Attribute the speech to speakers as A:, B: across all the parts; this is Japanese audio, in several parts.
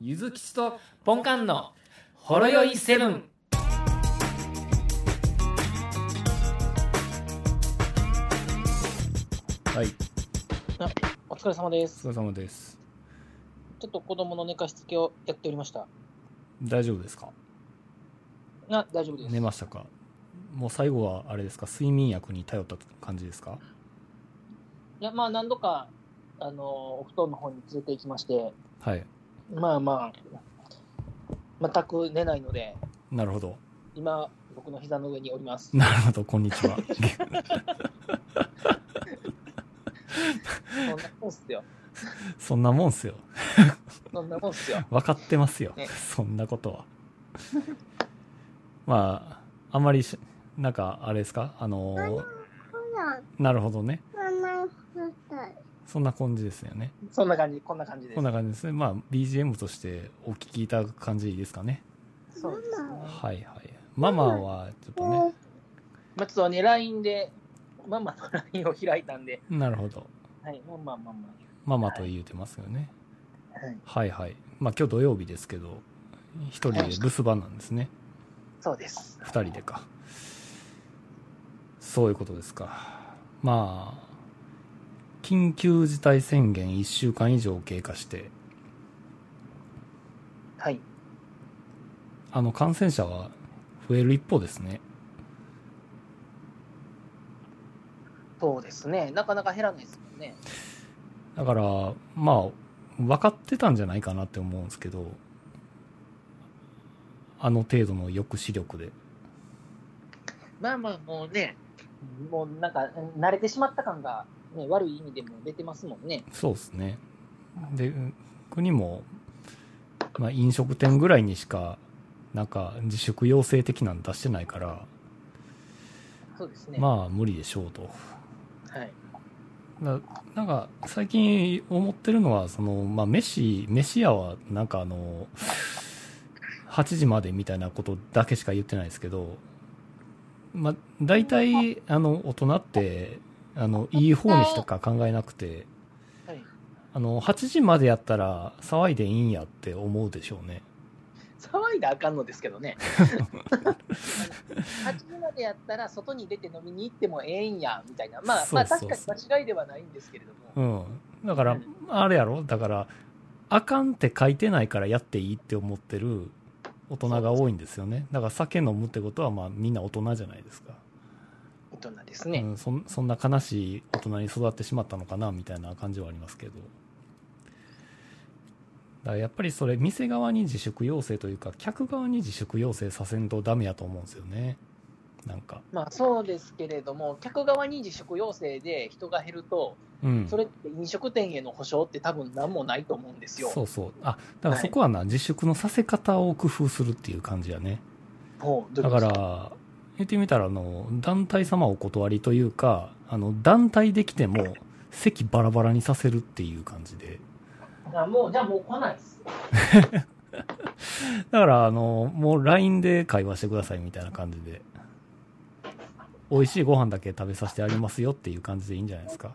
A: ゆずきちとポンカンのほろよいセブン。
B: はい、
C: お疲れ様で
B: お
C: す。
B: 疲れ様です。
C: ちょっと子供の寝かしつけをやっておりました。
B: 大丈夫ですか
C: な、大丈夫です。
B: 寝ましたかもう最後はあれですか睡眠薬に頼った感じですか
C: いや、まあ何度か、あの、お布団の方に連れて行きまして、
B: はい。
C: まあまあ、全く寝ないので、
B: なるほど。
C: 今、僕の膝の上におります。
B: なるほど、こんに ちは。
C: そんなもんっすよ。
B: そんなもんすよ。
C: そんなもんっすよ。
B: 分かってますよ
C: ね。
B: そんなことは。 まあ、あんまりし、なんかあれですかあのー、なるほどね。そんな感じですよね。
C: そんな感じ、こんな感じです。
B: こんな感じですね。まあ、BGM としてお聞きいただく感じですかね。
C: そうですね。ま
B: はいはい。ママは、ちょっとね。
C: あちょっとね、LINE で、ママの LINE を開いたんで、
B: なるほど。
C: はい、まあまあまあま
B: ママと言うてますよね。
C: あ。はい、
B: はいはい。まあ今日土曜日ですけど、一人で留守番なんですね。
C: そうです。
B: 二人でか。そういうことですか。まあ、緊急事態宣言一週間以上経過して、
C: はい。
B: あの感染者は増える一方ですね。
C: そうですね。なかなか減らないですよね。
B: だから、まあ、分かってたんじゃないかなって思うんですけど、あの程度の抑止力で。
C: まあまあ、もうね、もうなんか、慣れてしまった感が、ね、悪い意味でも出てますもんね。
B: そうですね。で、国も、まあ、飲食店ぐらいにしか、なんか自粛要請的なの出してないから、
C: そうですね。
B: まあ無理でしょうと。
C: はい。
B: ななんか最近思ってるのは、その、まあ飯、飯屋はなんかあの、8時までみたいなことだけしか言ってないですけど、まあ大体、あの、大人って、あの、いい方にしか考えなくて、
C: はい、
B: あの、8時までやったら騒いでいいんやって思うでしょうね。
C: 騒いだらあかんのです けどね。8時までやったら、外に出て飲みに行ってもええんや、みたいな。まあ、
B: そ
C: ま
B: う
C: あ、
B: そうそう
C: 確かに間違いではないんですけれども。
B: うん。だから、あれやろだから、あかんって書いてないからやっていいって思ってる大人が多いんですよね。だから酒飲むってことは、まあみんな大人じゃないですか。
C: 大人ですね。
B: うんそん。そんな悲しい大人に育ってしまったのかな、みたいな感じはありますけど。だからやっぱりそれ、店側に自粛要請というか、客側に自粛要請させんとダメやと思うんですよね。なんか。
C: まあ、そうですけれども、客側に自粛要請で人が減ると、
B: うん。
C: それって飲食店への保証って多分何もないと思うんですよ。
B: そうそう。あ、だから
C: はい
B: そこはな、自粛のさせ方を工夫するっていう感じやね。
C: ほうどう
B: だか
C: いうことです
B: ら、言ってみたら、あの、団体様お断りというか、あの、団体できても、席バラバラにさせるっていう感じで。
C: あもう、じゃあもう来ないです。
B: だから、あの、もう LINE で会話してくださいみたいな感じで。美味しいご飯だけ食べさせてありますよっていう感じでいいんじゃないですか。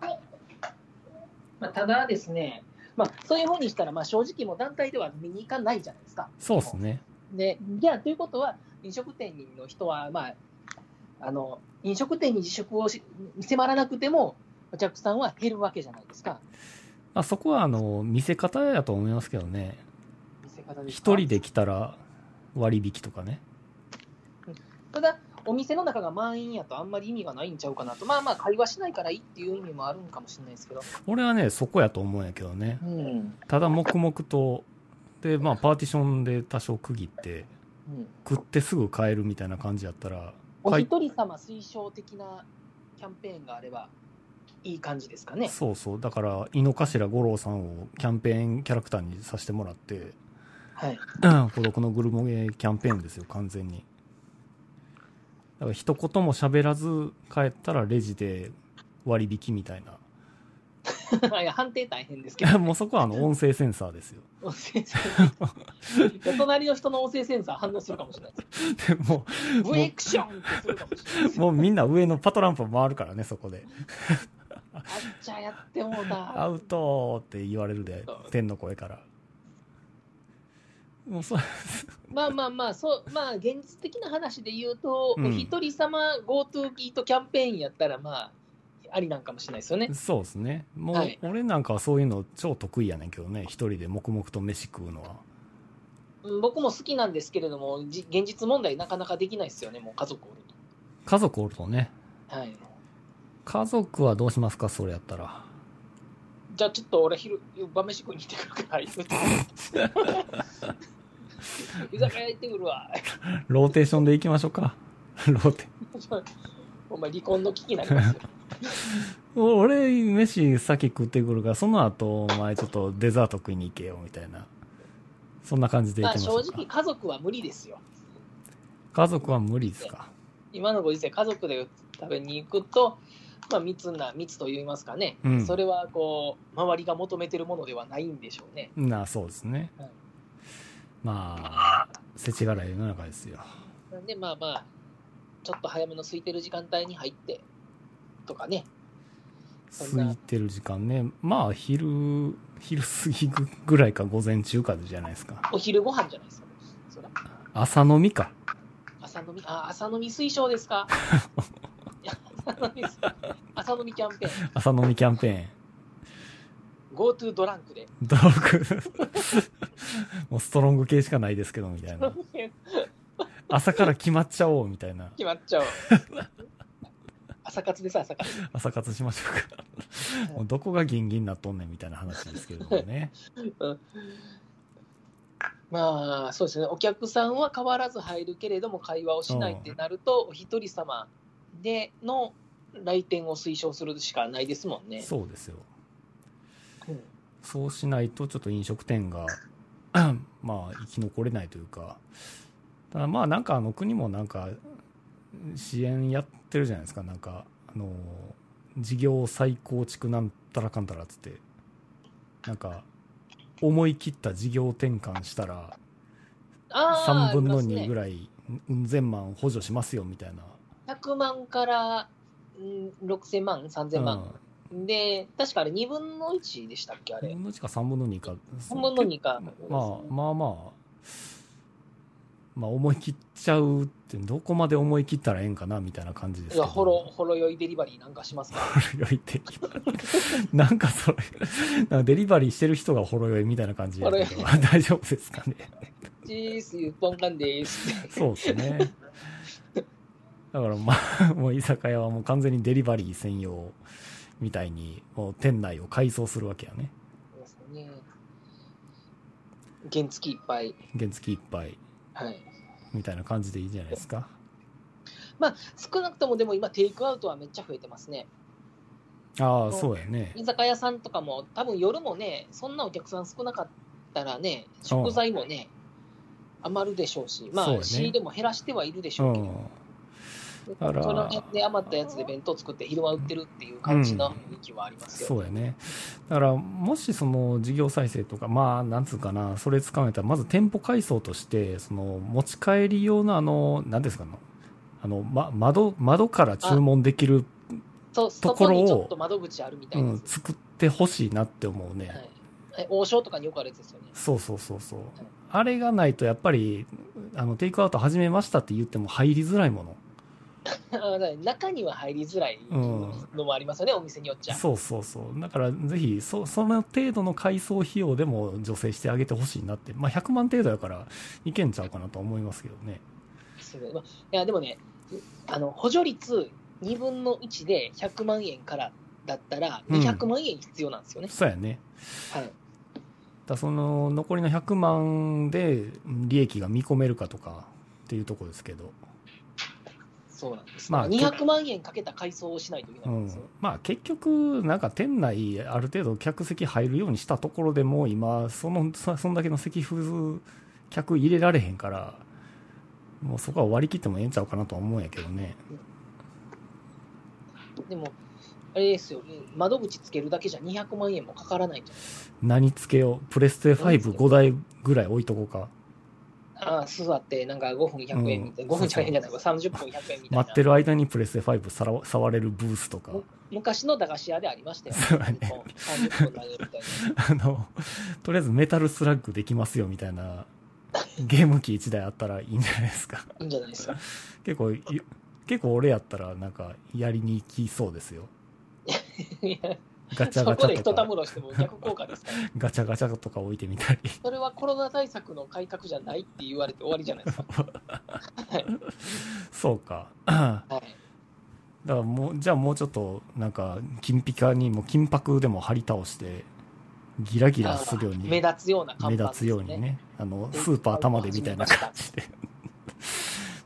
C: まあ、ただですね、まあ、そういうふうにしたら、まあ、正直もう団体では見に行かないじゃないですか。
B: そうですね。
C: でじゃあということは、飲食店の人は、まあ、あの飲食店に自粛をし迫らなくても、お客さんは減るわけじゃないですか、
B: まあ、そこは、あの、見せ方やと思いますけどね。
C: 見せ方ですか
B: 一人で来たら割引とかね。
C: ただ、お店の中が満員やとあんまり意味がないんちゃうかなと、まあまあ、会話しないからいいっていう意味もあるんかもしれないですけど、
B: 俺はね、そこやと思うんやけどね。
C: うん、うん、
B: ただ黙々と、で、まあ、パーティションで多少区切って、食ってすぐ帰るみたいな感じやったら、
C: お
B: はい
C: 一人様推奨的なキャンペーンがあれば、いい感じですかね。
B: そうそう、だから、井の頭五郎さんをキャンペーンキャラクターにさせてもらって、
C: はい
B: 孤独のグルメキャンペーンですよ、完全に。だから、一言も喋らず帰ったらレジで割引みたいな。
C: まあ、いや 判定大変です
B: い
C: け
B: や
C: ど、
B: もうそこは あの音声センサーですよ。
C: 音声 センサーいや隣の人の音声センサー反応するかもしれないです。
B: でも
C: ブエクションってするかもしれないです
B: う、もうみんな上のパトランプ回るからね、そこで。
C: あっちゃやってもうた。
B: アウトーって言われるで
C: そう、
B: 天の声から。もうそう
C: まあまあまあ、そう、まあ、現実的な話で言うと、
B: うん
C: お一人様 GoTo キートキャンペーンやったら、まあ、ありなんかもしれないですよね。
B: そうですね。もう、
C: はい
B: 俺なんかはそういうの超得意やねんけどね、一人で黙々と飯食うのは。
C: うん僕も好きなんですけれども、じ現実問題なかなかできないですよね、もう家族おる
B: 家族おるとね、
C: と。はい。
B: 家族はどうしますか、それやったら。
C: じゃあちょっと俺昼、晩飯食いに行ってくるから、言う て居酒屋行ってくるわ。
B: ローテーションで行きましょうか。ローテ。
C: お前離婚の危機になりますよ。
B: お俺、飯先食ってくるから、その後、お前ちょっとデザート食いに行けよ、みたいな。そんな感じで行
C: ま
B: き
C: あ
B: ましょ
C: 正
B: うか。
C: 直家族は無理ですよ。
B: 家族は無理ですか。
C: 今のご時世、家族で食べに行くと、まあ、密な密と言いますかね、
B: うん
C: それはこう周りが求めてるものではないんでしょうね。
B: なあ、そうですね
C: はい。
B: まあ、世知辛い世の中ですよ。
C: なんで、まあまあ、ちょっと早めの空いてる時間帯に入ってとかね、そんな
B: 過ぎてる時間ね。まあ、昼、昼過ぎぐらいか午前中かじゃないですか。
C: お昼ご飯じゃないですか。そら
B: 朝飲みか。
C: 朝飲み、あ、朝飲み推奨で すかいや朝飲み朝飲みキャンペーン、
B: 朝飲みキャンペーン。
C: GoTo ドランクで。
B: ドロッグ。 もうストロング系しかないですけど、みたいな。
C: 決
B: 朝から決まっちゃおう、みたいな。
C: まっ ちゃう。朝活です、朝活。
B: 朝活しましょうか。もうどこがギンギンなっとんねん、みたいな話ですけれどもね。
C: まあそうですね、お客さんは変わらず入るけれども、会話をしないってなると、お一人様での来店を推奨するしかないですもんね。
B: そうですよ。
C: うん
B: そうしないと、ちょっと飲食店が、 まあ、生き残れないというか、ただまあ、なんか、あの、国もなんか、支援やってるじゃないですか、なんか、あの、事業再構築なんたらかんたらっつって、なんか、思い切った事業転換したら、
C: あ
B: 3
C: あ、
B: 分の
C: ありま
B: 2
C: すね
B: ぐらい、うん千万補助しますよ、みたいな。
C: 100万からうん6000万、3000
B: うん
C: 万、で、確かあれ2分の1でしたっけ、あ
B: 3
C: れ。
B: 分の1か3分の2か。
C: 3分の2か。
B: まあまあまあ、まあ思い切っちゃうって、どこまで思い切ったらええんかなみたいな感じですけ
C: い
B: ど。
C: やほろ、ほろ酔いデリバリーなんかしますか
B: ほろ酔いって なんかそれ、なんかデリバリーしてる人がほろ酔いみたいな感じやけど
C: ほろ
B: 大丈夫ですかね。
C: チーズ、一本缶ですって。
B: そうですね。だからまあ、もう居酒屋はもう完全にデリバリー専用みたいに、もう店内を改装するわけやね。
C: そうですね原付いっぱい。
B: 原付いっぱい
C: はい
B: みたいな感じでいいじゃないですか。
C: まあ、少なくともでも今、テイクアウトはめっちゃ増えてますね。
B: ああ、
C: そう
B: そうやね。
C: 居酒屋さんとかも、多分夜もね、そんなお客さん少なかったらね、食材もね、余るでしょうし、ま
B: そう
C: あ、
B: やね
C: 仕入れも減らしてはいるでし
B: う
C: ょうけど、
B: ん。
C: で
B: あら
C: その辺で余ったやつで弁当作って、昼間売ってるっていう感じの雰囲気はありますよ、
B: そうやね。だから、もしその事業再生とか、まあ、なんつうかな、それ使うんやったら、まず店舗改装として、その持ち帰り用のあの、なんですかね、あの、ま、窓、窓から注文できる、
C: そうそ
B: とこ
C: こ
B: ろを
C: にちょっと窓口あるみた
B: う
C: いなや
B: ん、
C: つ、
B: 作ってほしいなって思うね。
C: はいえ王将とかによくあるやつですよね。
B: そうそうそうそう。あれがないと、やっぱり、あの、テイクアウト始めましたって言っても入りづらいもの。
C: だから中には入りづらいのもありますよね、お店によっちゃ。
B: そうそうそう。だから、ぜひ、そ、その程度の改装費用でも助成してあげてほしいなって。まあ、100万程度やから、いけんちゃうかなとは思いますけどね。
C: すごいまあいやでもねあの補助率2分の1で100万円からだったら
B: うん
C: 200万円必要なんですよね、
B: そうやね。
C: はい、
B: だからその、残りの100万で利益が見込めるかとか、っていうとこですけど。
C: そうなんです、
B: ま
C: ま
B: あ
C: あ、200万円かけた改装をしないといけ
B: う
C: ないん
B: ん
C: ですよ、。
B: まあ、結局、なんか店内、ある程度客席入るようにしたところでもう今、その、 そそんだけの席数、客入れられへんから、もうそこは割り切ってもええんちゃうかなとは思うんやけどね。
C: でもあれですよ窓口つけるだけじゃ200万円もかからないんじ
B: 何つけようプレステ55台ぐらい置いとこうか
C: ゃないああ座ってなんか5分100円みたい
B: う
C: な、
B: ん
C: 5分じゃないんじゃないか30分100円みたいな
B: 待ってる間にプレステ5さら触れるブースとか
C: うん昔の駄菓子屋でありましたよ、
B: そうだね
C: 30分投げるみたいな
B: あのとりあえずメタルスラッグできますよみたいなゲーム機1台あったらいいんじゃないですか。
C: いいんじゃないで すか。
B: 結構、い結構俺やったらなんかやりに行きそうですよ。
C: いや
B: ガチャ
C: そ
B: ガ
C: こ
B: チ
C: でひ
B: ャと
C: とた
B: か、
C: むろしても逆効果ですから。
B: ガチャガチャとか置いてみたり。
C: それはコロナ対策の改革じゃないって言われて終わりじゃないですか。
B: そうか。 だか
C: はい。
B: らもう、じゃあもうちょっとなんか、金ピカにも金箔でも張り倒して、ギラギラするように。
C: 目立つような看
B: 目
C: 板、ね、
B: 立つように。ね、あの、
C: で
B: スーパー玉でみたいな感じで。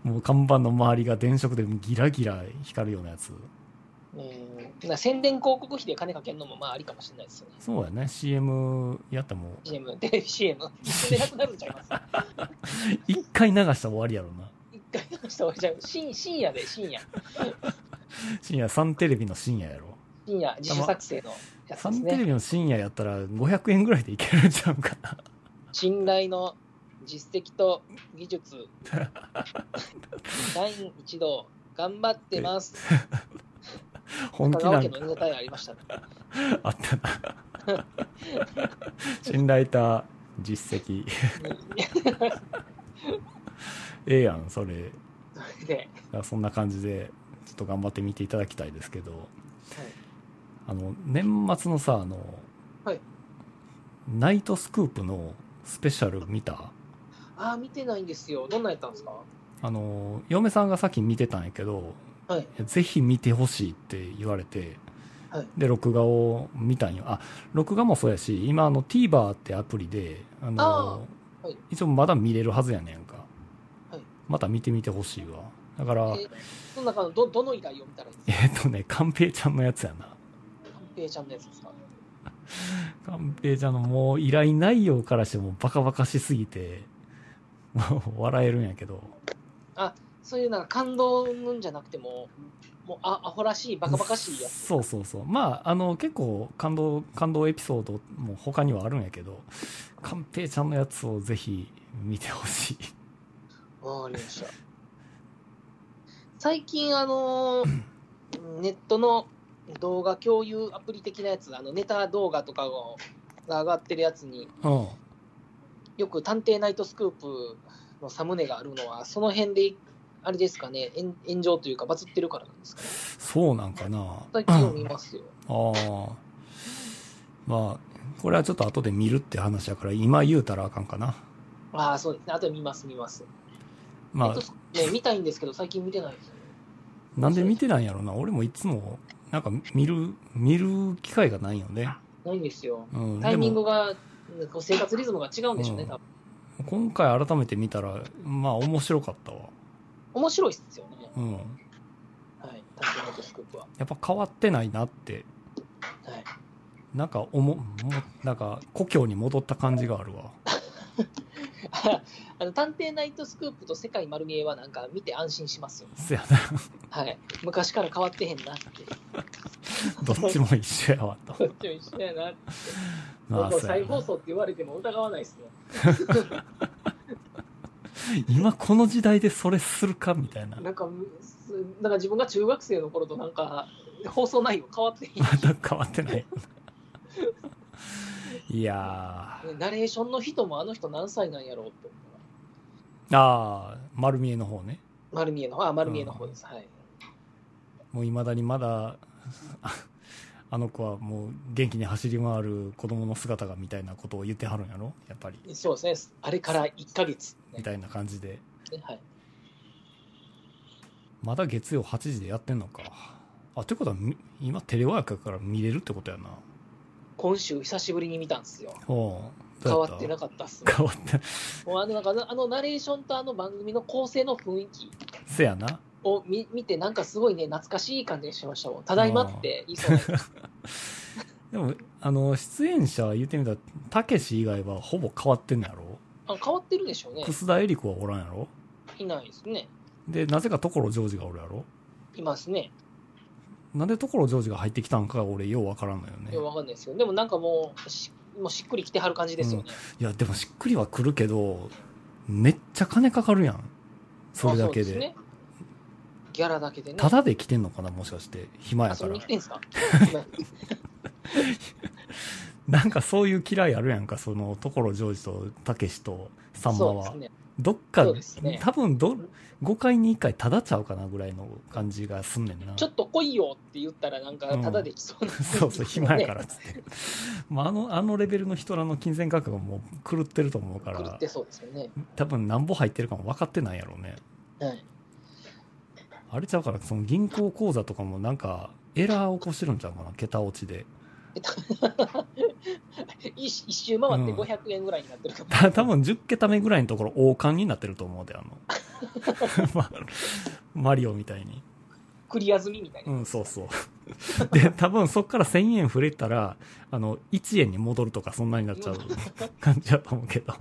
B: もう看板の周りが電飾でギラギラ光るようなやつ。
C: うん。な宣伝広告費で金かけるのもまあありかもしれないですよね。
B: そうやね、CM やっても、
C: CM、テ レビ CM、一瞬でなくなるんちゃい ます。
B: 一回流したら終わりやろな。
C: 一回流して終わりちゃう。深深夜で、深夜。
B: 深夜、サンテレビの深夜やろ。
C: 深夜、自主作成のやつ
B: サ
C: です
B: ンテレ
C: ね。
B: ビの深夜やったら500円ぐらいでいけるんちゃうか な。
C: 信頼の実績と技術。第一度、頑張ってます。
B: 本
C: 香
B: 気
C: 川
B: な
C: 県
B: ん
C: の
B: か
C: ネタありました ね。
B: あったな。 信頼た実績。ええやん、それ。
C: で、
B: だからそんな感じでちょっと頑張って見ていただきたいですけど、あの年末のさあの、
C: はい
B: ナイトスクープのスペシャル見た
C: ああ、見てないんですよ。どんなんやったんですか
B: あの嫁さんがさっき見てたんやけど、
C: はい
B: ぜひ見てほしいって言われて、
C: はい
B: で録画を見たんよあ録画もそうやし今あの TVer ってアプリであの
C: あーはい
B: 一応まだ見れるはずやねんか、
C: はい
B: また見てみてほしいわだから
C: えその中のどどの依頼を見たらいいんですか
B: えっとね、寛平ちゃんのやつやな。
C: 寛平ちゃんのやつですか
B: 寛平ちゃんのもう依頼内容からしてもバカバカしすぎて、もう笑えるんやけど。
C: そういうなんか感動うんじゃなくても、もうあアホらしい、バカバカしいやつ。
B: そうそうそう。まあ、あの、結構感動、感動エピソードも他にはあるんやけど、寛平ちゃんのやつをぜひ見てほしい。
C: わかりました。最近、あのーネットの動画共有アプリ的なやつ、あのネタ動画とかをが上がってるやつに
B: うん。
C: よく探偵ナイトスクープのサムネがあるのは、その辺で、あれですかね、炎炎上というか、バズってるからなんですかね。
B: そうなんかな。
C: 最近見ますよ。
B: ああ。まあ、これはちょっと後で見るって話やから、今言うたらあかんかな。
C: ああ、そうですね。あとで見ます、見ます。
B: まあ
C: ネット、スクープね、見たいんですけど、最近見てないですよね。
B: なんで見てないんやろな。俺もいつも、なんか見る、見る機会がないよね。
C: ないんですよ。
B: うん。
C: タイミング
B: で
C: が、こう生活リズムが違うんでしょうね、
B: うん
C: 多分。
B: も今回改めて見たら、まあ面白かったわ。
C: 面白いっすよね。
B: うん。
C: はい。探偵ナイトスクープは。
B: やっぱ変わってないなって、
C: はい。
B: なんか思う、もなんか故郷に戻った感じがある わ。
C: あの、探偵ナイトスクープと世界丸見えはなんか見て安心しますよ。
B: せやな。
C: はい。昔から変わってへんなって。
B: どっちも一緒やわと。
C: どっちも一緒やなって。
B: まあ、
C: もう
B: そう
C: 再
B: や
C: 放
B: な。
C: 送って言われても疑わないっすね。
B: 今この時代でそれするかみたい な。
C: なんか、すなんか自分が中学生の頃となんか、放送内容変わってへん。
B: まだ変わってない。 いや
C: ねナレーションの人もあの人何歳なんやろうって思う。
B: ー。ああ、丸見えの方ね。
C: 丸見えの方、あ、丸見えの方です。はい。
B: もういまだにまだ、あ あの子はもう元気に走り回る子供の姿がみたいなことを言ってはるんやろやっぱり。
C: そうですね。あれから1ヶ月、
B: みたいな感じで。
C: はい。
B: まだ月曜8時でやってんのか。あ、ってことはみ、今テレワークやから見れるってことやな。
C: 今週久しぶりに見たんですよ。
B: おう
C: 変わってな
B: か
C: かったっす。
B: 変わって、
C: もうあのなんかあのあのナレーションとあの番組の構成の雰囲気
B: せやな。
C: を見 見て、なんかすごいね、懐かしい感じがしましたもん。ただいまって言いそうな
B: でも、あの、出演者言ってみたら、たけし以外はほぼ変わってんのやろ
C: あ変わってるでしょうね。
B: 楠田絵理子はおらんやろ
C: いないですね。
B: で、なぜか所ジョージがおるやろ
C: いますね。
B: なんで所ジョージが入ってきたんかが俺ようわからんのよね。
C: いやわかんないですけど、でもなんかもうし、もうしっくりきてはる感じですよね。
B: いや、でもしっくりはくるけど、めっちゃ金かかるやん。それだけ
C: あ
B: で。
C: うすね、ギャラだけでね。
B: ただで来てんのかなもしかして。暇やか
C: 遊び
B: ら。
C: に来。てんすか
B: なんかそういう嫌いあるやんか、その、所ジョージと たけしとさんま
C: そうで
B: は
C: す。ね。
B: どっか
C: そうです、ね
B: 多分ど、5回に1回ただちゃうかなぐらいの感じがすんねんな。
C: ちょっと来いよって言ったら、なんか、ただできそう な、。
B: そうそう、暇やかららっつって。 まあ、あの、あのレベルの人らの金銭価格がもう狂ってると思うか
C: 狂っ
B: ら
C: て、そうですよね。
B: 多分なんぼ入ってるかも分かってないやろうね。
C: はい。
B: あれちゃうから、その銀行口座とかもなんか、エラー起こしてるんちゃうかな、桁落ちで。
C: 一一周回って
B: うん
C: 500円ぐらいになって るかも。
B: た多分10桁目ぐらいのところ、王冠になってると思うで、あ の。 まマリオみたいに。
C: クリア済みみたいな。
B: うん、そうそう。で、多分そっから1000円触れたら、あの、1円に戻るとかそんなになっちゃう感じだと思うけど。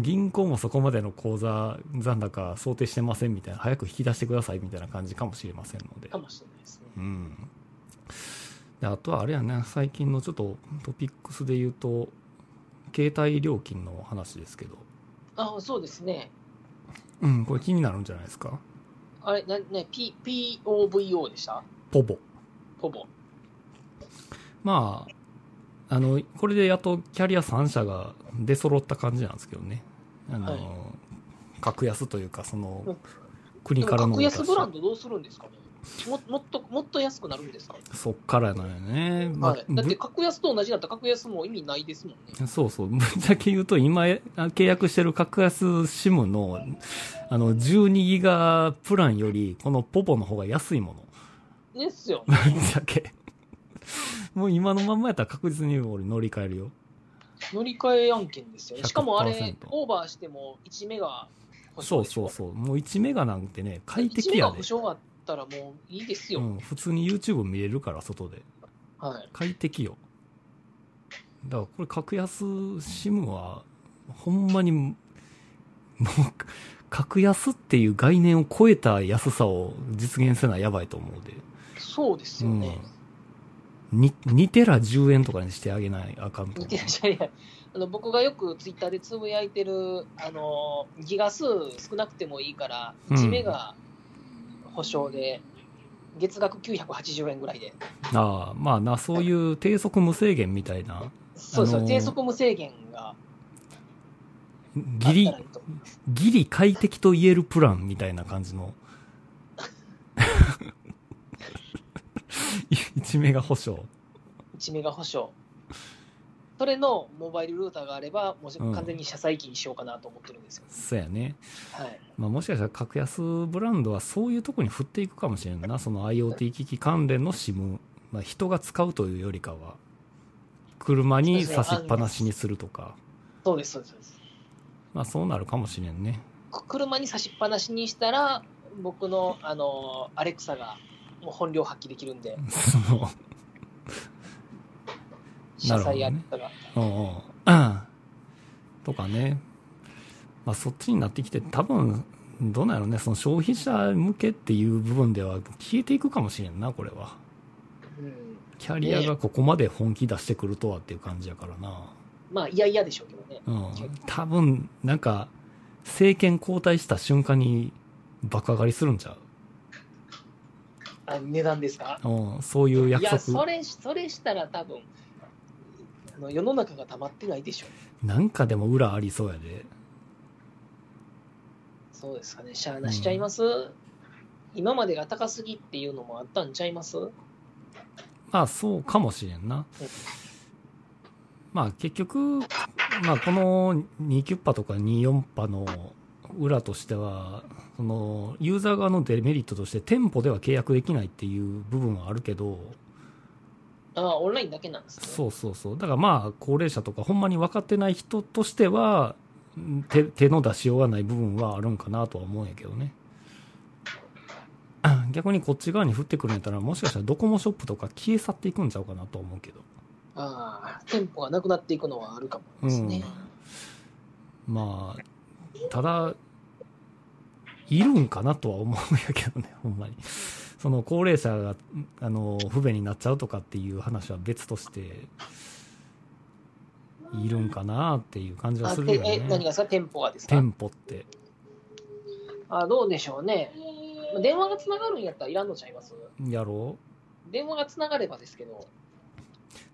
B: 銀行もそこまでの口座残高想定してませんみたいな、早く引き出してくださいみたいな感じかもしれませんので
C: か。もしれないですね。
B: うん。で、あとはあれやね、最近のちょっとトピックスで言うと、携帯料金の話ですけど。
C: あそうですね。
B: うん、これ気になるんじゃないですか
C: あれ、なね、P、POVO でした
B: ポボ。
C: ほぼ。
B: まあ、あの、これでやっとキャリア3社が出揃った感じなんですけどね。あの、
C: はい
B: 格安というか、その、
C: で
B: 国
C: も
B: からの
C: 格安ブランドどうするんですかねももっともっと安くなるんですか、
B: そっからなのよね。まあ
C: はい、だって格安と同じだったら格安も意味ないですもんね。
B: ぶそうそう。ぶっちゃけ言うと、今、あ契約してる格安 SIM の、あの、12ギガプランより、このポポの方が安いも の。
C: ですよ
B: ぶ
C: ね。
B: っちゃけ。もう今のまんまやったら確実に俺乗り換えるよ。
C: 乗り換え案件ですよね。しかもあれ
B: 100%、
C: オーバーしても1メガ保
B: そう
C: 証でしょ
B: そうそう。もう1メガなんてね、快
C: 1
B: 適
C: メ
B: や
C: ガ
B: で
C: 保。証あったらもういいですよ。
B: うん、普通に YouTube 見れるから、外で。
C: はい。
B: 快適よ。だからこれ、格安 SIM は、ほんまに、もう、格安っていう概念を超えた安さを実現せなやばいと思うで。
C: そうですよね。
B: に2テラ10円とかにしてあげないあかんと
C: 見
B: 思
C: てらっしゃいやあの僕がよくツイッターでつぶやいてる、あの、ギガ数少なくてもいいから、
B: うん
C: 1メガ保証で、月額980円ぐらいで。
B: う。ああ、まあな、そういう低速無制限みたいな、
C: そうそう、
B: あのー
C: 低速無制限があ
B: ギ
C: ったらいい
B: リ、
C: と。
B: ギリ快適と言えるプランみたいな感じの。1メガ保証。
C: 1メガ保証。それのモバイルルーターがあれば、もう
B: うん
C: 完全に車載機にしようかなと思ってるんですよ。
B: そうやね。
C: はい。
B: まあもしかしたら格安ブランドはそういうとこに振っていくかもしれんな。その IoT 機器関連の SIM。まあ人が使うというよりかは、車に差しっぱなしにするとか。
C: そうです、そうですそうです。
B: まあそうなるかもしれんね。
C: く車に差しっぱなしにしたら、僕の、あの、アレクサが、もう本領発揮できるんで、
B: その、
C: 車載アレクサが。
B: うんうん。 とかね。まあそっちになってきて、多分、どうなんやろね、その消費者向けっていう部分では消えていくかもしれんな、これは。
C: うん。
B: キャリアがここまで本気出してくるとはっていう感じやからな。
C: まあ、いやいやでしょうけどね。
B: うん。多分、なんか、政権交代した瞬間に爆上がりするんちゃ
C: あ値段ですか
B: ううん。そういう
C: い
B: 約
C: や、そ
B: 束。
C: れ、それしたら多分、あの世の中が溜まってないでしょう。
B: なんかでも裏ありそうやで。
C: そうですかね、しゃあなしちゃいます、今までが高すぎっていうのもあったんちゃいます
B: まあそうかもしれんな
C: うん。
B: まあ結局、まあこの2キュッパとか24波の裏としては、そのユーザー側のデメリットとして店舗では契約できないっていう部分はあるけど、
C: ああ、オンラインだけなんですね。
B: そうそうそう。だからまあ高齢者とかほんまに分かってない人としては、ん手手の出しようがない部分はあるんかなとは思うんやけどね。 逆にこっち側に降ってくるんやったら、もしかしたらドコモショップとか消え去っていくんちゃうかなと思うけど。
C: ああ、店舗がなくなっていくのはあるかもですね。
B: まあ、ただ、いるんかなとは思うんやけどね、ほんまに。その高齢者が、あの、不便になっちゃうとかっていう話は別として、いるんかなっていう感じは
C: あ
B: する
C: て
B: よ
C: え何が
B: ね。
C: ですか、店舗がですか
B: 店舗って。
C: あどうでしょうね。まあ電話がつながるんやったらいらんのちゃいます
B: やろ
C: 電話がつながればですけど、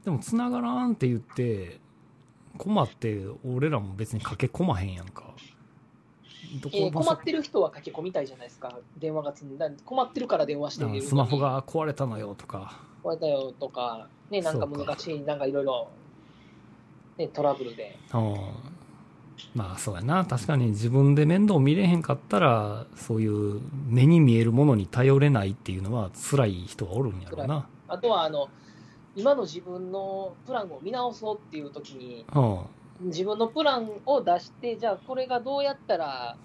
B: でも繋がらんって言って困って俺らも別に駆け込まへんやんかど
C: えー
B: 場
C: 困
B: 所
C: ってる人は駆け込みたいじゃないですか。電話がつんだ困ってるから電話して
B: なん
C: る。
B: かスマホ。が壊れたのよとか
C: これだよとか、ね、なんか
B: そうか
C: 難しい、なんかいろいろ、ね、トラブルで。
B: うんまあそうやな確かに自分で面倒見れへんかったらそういう目に見えるものに頼れないっていうのは辛い人はおるんやろうな、
C: あとは、あの、今の自分のプランを見直そうっていう時に、
B: うん、
C: 自分のプランを出して、じゃあこれがどうやったら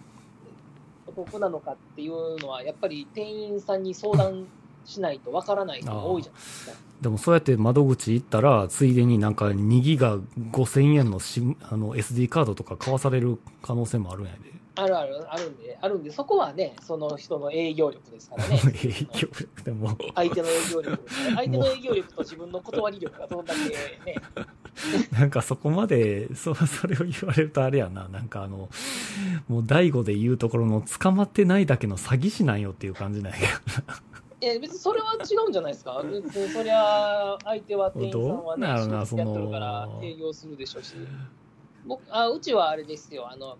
C: お得なのかっていうのは、やっぱり店員さんに相談しないとわからない人が多いじゃないですか。
B: でもそうやって窓口行ったらついでになんか2ギガ5000円のシムあの SD カードとか買わされる可能性もあるんやで。
C: あるある、あるんで、あるんで、そこはね、その人の営業力ですからね
B: 影響力でも
C: 相手の営業力ですから、相手の営業力と自分の断り力がどんだけね、
B: なんかそこまで、そ、それを言われるとあれやな。なんかあの、もう第五で言うところの捕まってないだけの詐欺師なんよっていう感じなんやけ
C: え別にそれは違うんじゃないですか、別にそりゃ、相手は店員さんはね、
B: どうなるな
C: 仕事やってるから
B: その
C: 営業するでしょうし、僕あうちはあれですよ、あの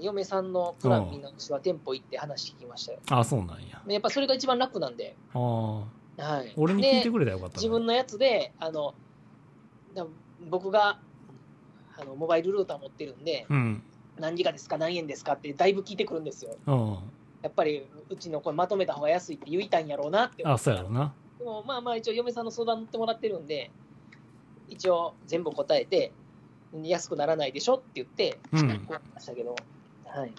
C: 嫁さんのプラン見直しは店舗行って話聞きましたよ。
B: ど。あ、そうなんや。あ
C: でやっぱそれが一番楽なんで、
B: あ。
C: はい、
B: 俺に聞いて
C: で
B: くれたらよかったな。
C: 自分のやつで、あのだ僕があのモバイルルーター持ってるんで、
B: うん。
C: 何ギガですか、何円ですかって、だいぶ聞いてくるんですよ。
B: うん。
C: やっぱりうちのこれまとめた方が安いって言いたいんやろうなって思
B: あ、
C: って
B: そうやろな。
C: でもまあまあ一応嫁さんの相談乗ってもらってるんで一応全部答えて安くならないでしょって言って、
B: うん
C: こうましたけど、はい、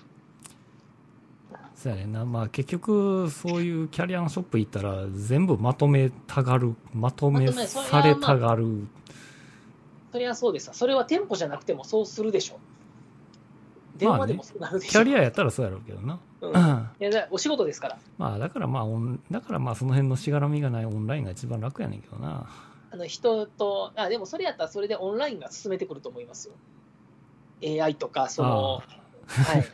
B: そうやねんな。まあ結局、そういうキャリアのショップ行ったら、全部まとめたがる。まとめ
C: まとめそれは
B: されたがる。
C: それはそうですわそれは店舗じゃなくてもそうするでしょ電
B: まあね
C: 話でもそうなるでし
B: キ
C: ょ、
B: ャリアやったらそうやろうけどな。
C: うん
B: う
C: い
B: ん。
C: やだお仕事ですから
B: まあだからまあオン、だからまあその辺のしがらみがないオンラインが一番楽やねんけどな。
C: あの人とあでもそれやったらそれでオンラインが進めてくると思いますよ AI とかそのはい、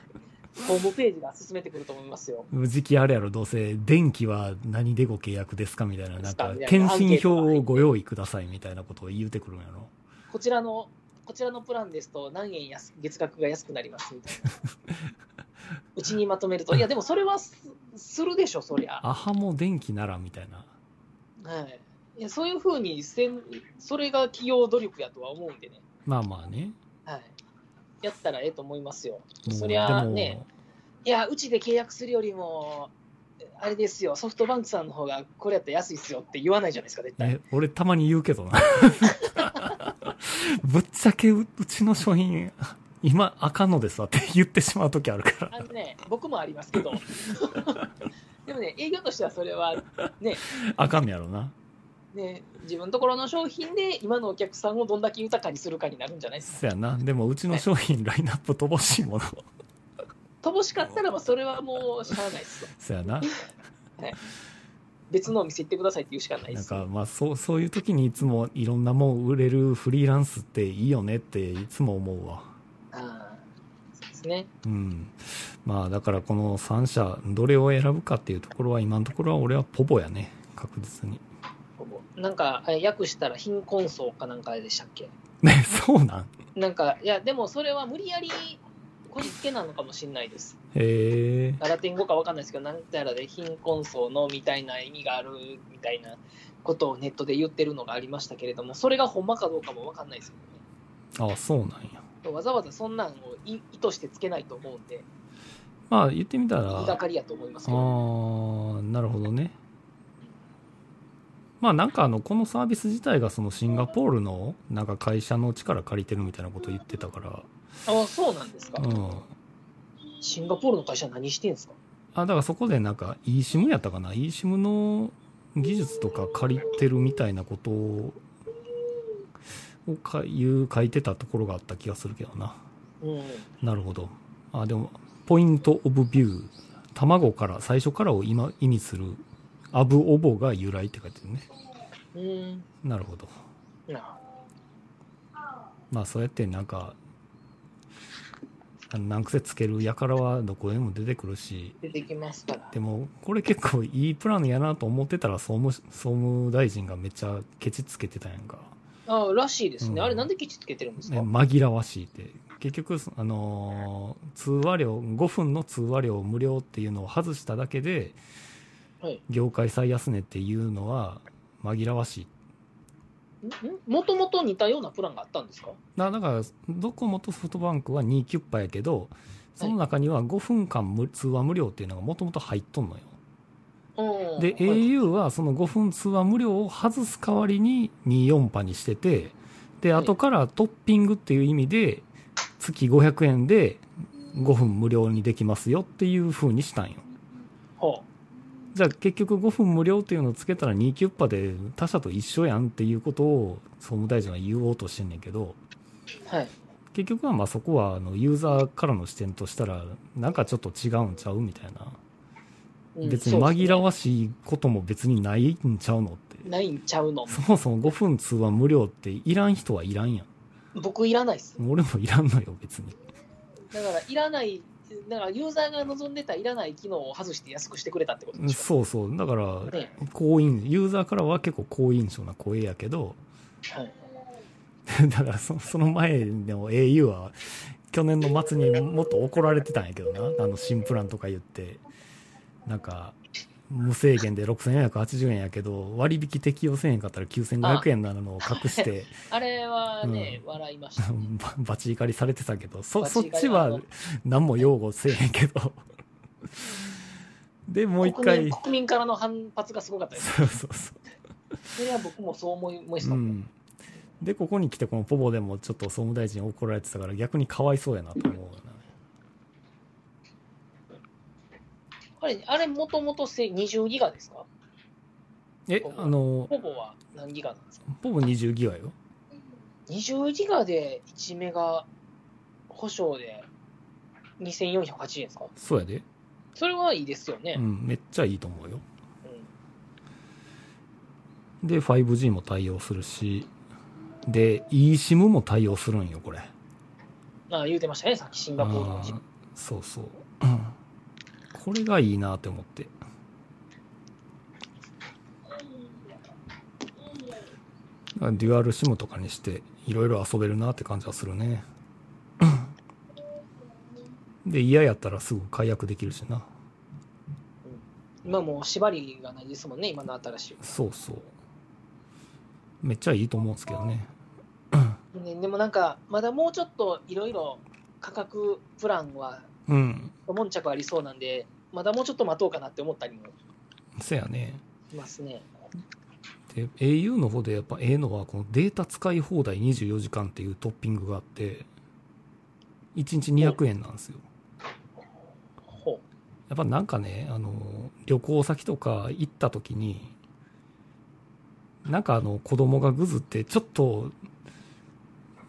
C: ホームページが進めてくると思いますよ
B: 時期あれやろ、どうせ、電気は何でご契約ですかみたいな、なんか
C: ですかみ、たいな
B: 検診票をご用意くださいみたいなことを言うてくるんやろ。
C: こちらの、こちらのプランですと何円安月額が安くなりますみたいな。 うちにまとめると、いや、でもそれはすするでしょ、そりゃ。
B: アハも電気ならみたいな。
C: はい、いやそういうふうにせん、それが企業努力やとは思うんでね。
B: まあまあね。
C: はい、やったらええと思いますよ。
B: もう
C: そりゃあね、いや、うちで契約するよりも、あれですよ、ソフトバンクさんの方がこれやったら安いっすよって言わないじゃないですか、絶
B: でも
C: 対。
B: え、俺たまに言うけどな。 ぶっちゃけう、うちの商品、今、あかんのですわって言ってしまう時あるから。
C: あのね、僕もありますけど。 でもね、営業としてはそれはね、
B: あかんのやろな。
C: ね、自分のところの商品で今のお客さんをどんだけ豊かにするかになるんじゃないですか。
B: そやな。でも、うちの商品、ラインナップ乏しいもの。
C: 乏しかったらばそれはもうしゃあないですよ。
B: そやな。
C: 別のお店行ってくださいって言うしかないで
B: なん
C: す
B: か
C: よ。
B: まあそうそういう時にいつもいろんなもん売れるフリーランスっていいよねっていつも思うわ
C: あーそうですね。
B: うんまあだからこの3社どれを選ぶかっていうところは今のところは俺はポボやね確実に
C: ほぼなんか、え訳したら貧困層かなんかでしたっけ
B: ねそうなん
C: なんか、いや、でもそれは無理やりこじつけなのかもしれないです。
B: へえ
C: ラテン語かわかんないですけど、なんたらで貧困層のみたいな意味があるみたいなことをネットで言ってるのがありましたけれども、それがほんまかどうかもわかんないですよね。
B: ああそうなんや
C: わざわざそんなんをい意図してつけないと思うんで、
B: まあ言ってみたら
C: 言いがかりやと思いますけ
B: あ
C: ど、
B: ーなるほどねまあなんかあのこのサービス自体がそのシンガポールのなんか会社の力借りてるみたいなこと言ってたから
C: ああそうなんですか、
B: うん
C: シンガポールの会社、何してんすか
B: あ、だからそこでなんか eSIM やったかな ?eSIM の技術とか借りてるみたいなことをかいう書いてたところがあった気がするけどな。
C: うん、
B: なるほど。あ、でも、ポイントオブビュー。卵から、最初からを今意味する、アブオボが由来って書いてるね。
C: うん、
B: なるほど。
C: な
B: まあそうやってなんか、あの難癖つける輩はどこへも出てくるし、
C: 出てきますから。
B: でも、これ結構いいプランやなと思ってたら、総務、総務大臣がめっちゃケチつけてたやんか。
C: あらしいです
B: う
C: ね。
B: ん
C: あれなんで基地つけてるんです
B: ね
C: か
B: 紛らわしいって。結局、そあのー通話料、5分の通話料無料っていうのを外しただけで、
C: はい。
B: 業界最安値っていうのは紛らわしい。
C: もともと似たようなプランがあったんですか
B: なだから、ドコモとソフトバンクは2キュッパやけど、その中には5分間無通話無料っていうのがもともと入っとんのよ。
C: うん。
B: で、
C: はい
B: au はその5分通話無料を外す代わりに24波にしてて、で、
C: はい
B: 後からトッピングっていう意味で、月500円で5分無料にできますよっていう風にしたんよ。
C: は
B: じゃあ結局5分無料っていうのをつけたら2キュッパで他社と一緒やんっていうことを総務大臣は言おうとしてんねんけど、
C: あはい。
B: 結局はまあそこはあのユーザーからの視点としたら、なんかちょっと違うんちゃうみたいな。
C: うん
B: 別に紛ら
C: そう
B: わしいことも別にないんちゃうのって。
C: ですねないんちゃうの。
B: そもそも5分通話無料っていらん人はいらんや
C: 僕いらないです。
B: ん。俺もいらんのよ、別に。
C: だから、いらない、だからユーザーが望んでたいらない機能を外して安くしてくれたってことでしょ。
B: そうそう。だから、
C: ね
B: 好印、ユーザーからは結構好印象な声やけど、
C: はい、
B: だからそその前の au は、去年の末にもっと怒られてたんやけどな。あの、新プランとか言って。なんか、無制限で6480円やけど、割引適用せんへんかったら9500円なのを隠して、
C: あれはね、笑いました、ね。
B: バ バチ怒りされてたけど、そ、
C: バ
B: そ
C: チ
B: っ
C: 怒り
B: ち
C: あ
B: は
C: の
B: 何も擁護せえへんけど。 で、もう一
C: 国
B: 回
C: 民。国民からの反発がすごかったです。
B: そうそうそ
C: それは僕もそう思いました
B: う。う
C: もん、
B: ん。で、ここに来てこのポポでもちょっと総務大臣怒られてたから逆にかわいそうやなと思うよな。
C: あれ、あれもともとせ20ギガですか
B: え、あの、
C: ほぼは何ギガなんですか
B: ポポ20ギガよ。
C: 20ギガで1メガ保証で2480円ですか
B: そうやで。
C: それはいいですよ
B: う
C: ね。
B: ん、めっちゃいいと思うよ。
C: うん
B: で、5G も対応するし、で、eSIM も対応するんよ、これ。
C: あ言うてましたね、さっきシンガポールの
B: あーそうそううんこれがいいなって思ってデュアルシムとかにしていろいろ遊べるなって感じはするねうんで嫌やったらすぐ解約できるしな
C: 今もう縛りがないですもんね、今の新しい。
B: そうそうめっちゃいいと思うんですけどね
C: ね、でもなんか、まだもうちょっといろいろ価格プランは、
B: うん
C: 悶着ありそうなんで、まだもうちょっと待とうかなって思ったりも
B: せやね
C: しますね。
B: で au の方でやっぱええのはこのデータ使い放題24時間っていうトッピングがあって1日200円なんですよ
C: ほ
B: やっぱなんかねあの旅行先とか行った時になんかあの子供がぐずってちょっと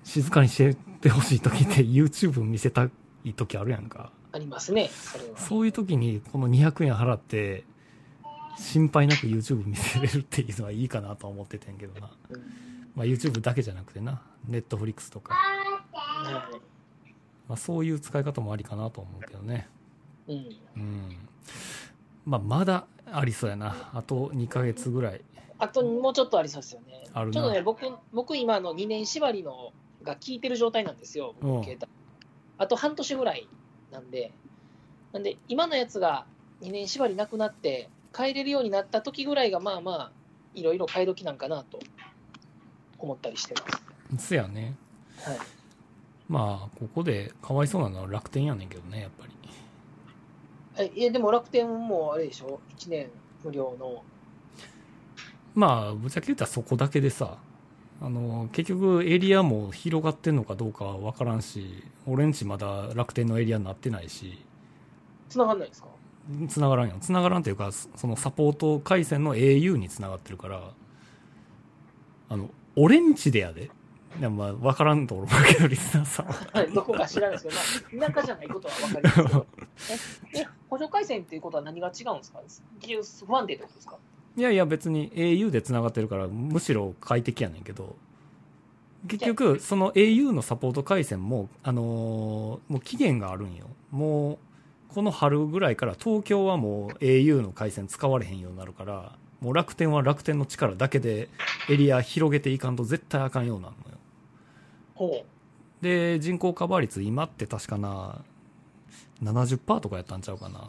B: 静かにしてってほしい時って YouTube 見せたい時あるやんか
C: う、ありますね、それは。
B: そういう時にこの200円払って心配なく YouTube 見せれるっていうのはいいかなとは思っててんけどなまあ、YouTube だけじゃなくてな、Netflix とか、
C: は
B: まあ、そういう使い方もありかなと思うけどね。
C: いう
B: う
C: ん、
B: ん。まあ、まだありそうやな。あと2ヶ月ぐらい。
C: あともうちょっとありそうですよね。
B: あるな
C: ちょっとね、僕、僕今の2年縛りのが効いてる状態なんですよ、僕
B: うん
C: の携帯。あと半年ぐらいなんで、なんで今のやつが2年縛りなくなって、変えれるようになった時ぐらいが、まあまあ、いろいろ買い時なんかなと思ったりしてま
B: せやね。
C: す。はい、
B: まあ、ここでかわいそうなのは楽天やねんけどね、やっぱり。
C: えいやでも楽天もあれでしょ、1年無料の。
B: まあ、ぶっちゃけ言ったらそこだけでさ、あの、結局エリアも広がってんのかどうかはわからんし、俺んちまだ楽天のエリアになってないし、
C: 繋がんないですか
B: 繋がらんよ繋がらんというかそそのサポート回線の au に繋がってるからあのオレンジでやでいやまあ分からんと思うけどリスナーさんは
C: はいどこか知らないですけど、まあ、田舎じゃないことは分かりますけ どええ補助回線っていうことは何が違うんですか技術不安定ってことですか
B: いやいや別に au で繋がってるからむしろ快適やねんけど結局、その au のサポート回線も、あのーもう期限があるんよ。もう、この春ぐらいから東京はもう au の回線使われへんようになるから、もう楽天は楽天の力だけでエリア広げていかんと絶対あかんようになるのよ。
C: ほ
B: で、人口カバー率今って確かな、70%とかやったんちゃうかな。
C: う。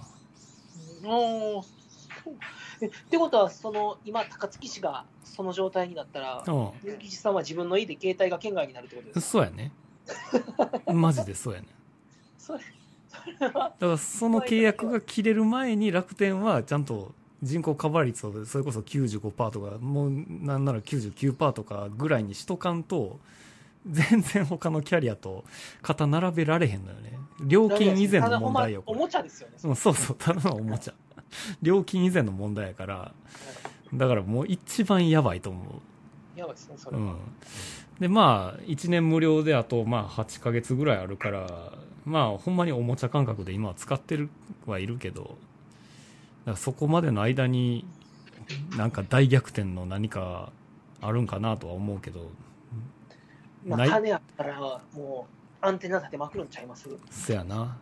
C: おーそうえってことは、その今、高槻市がその状態になったら、
B: うん。
C: 結城さんは自分の家で携帯が圏外になるってことですか
B: そうや ね。マジでそうやね。
C: それそれ
B: だ
C: は
B: からその契約が切れる前に楽天はちゃんと人口カバー率をそれこそ95%とか、もうなんなら99%とかぐらいにしとかんと、全然他のキャリアと肩並べられへんのよね。料金以前の問題よ、
C: ただほんまおもちゃですよね。
B: うんそうそう、ただのおもちゃ。料金以前の問題やから、だからもう一番やばいと思う。
C: やばいですね、それ
B: う
C: は。
B: ん、でまあ1年無料であとまあ8ヶ月ぐらいあるからまあほんまにおもちゃ感覚で今は使ってるはいるけどだからそこまでの間になんか大逆転の何かあるんかなとは思うけど
C: ま
B: な
C: あ、
B: い
C: 金あったら、もう、アンテナ立てまくるんちゃいます
B: せやな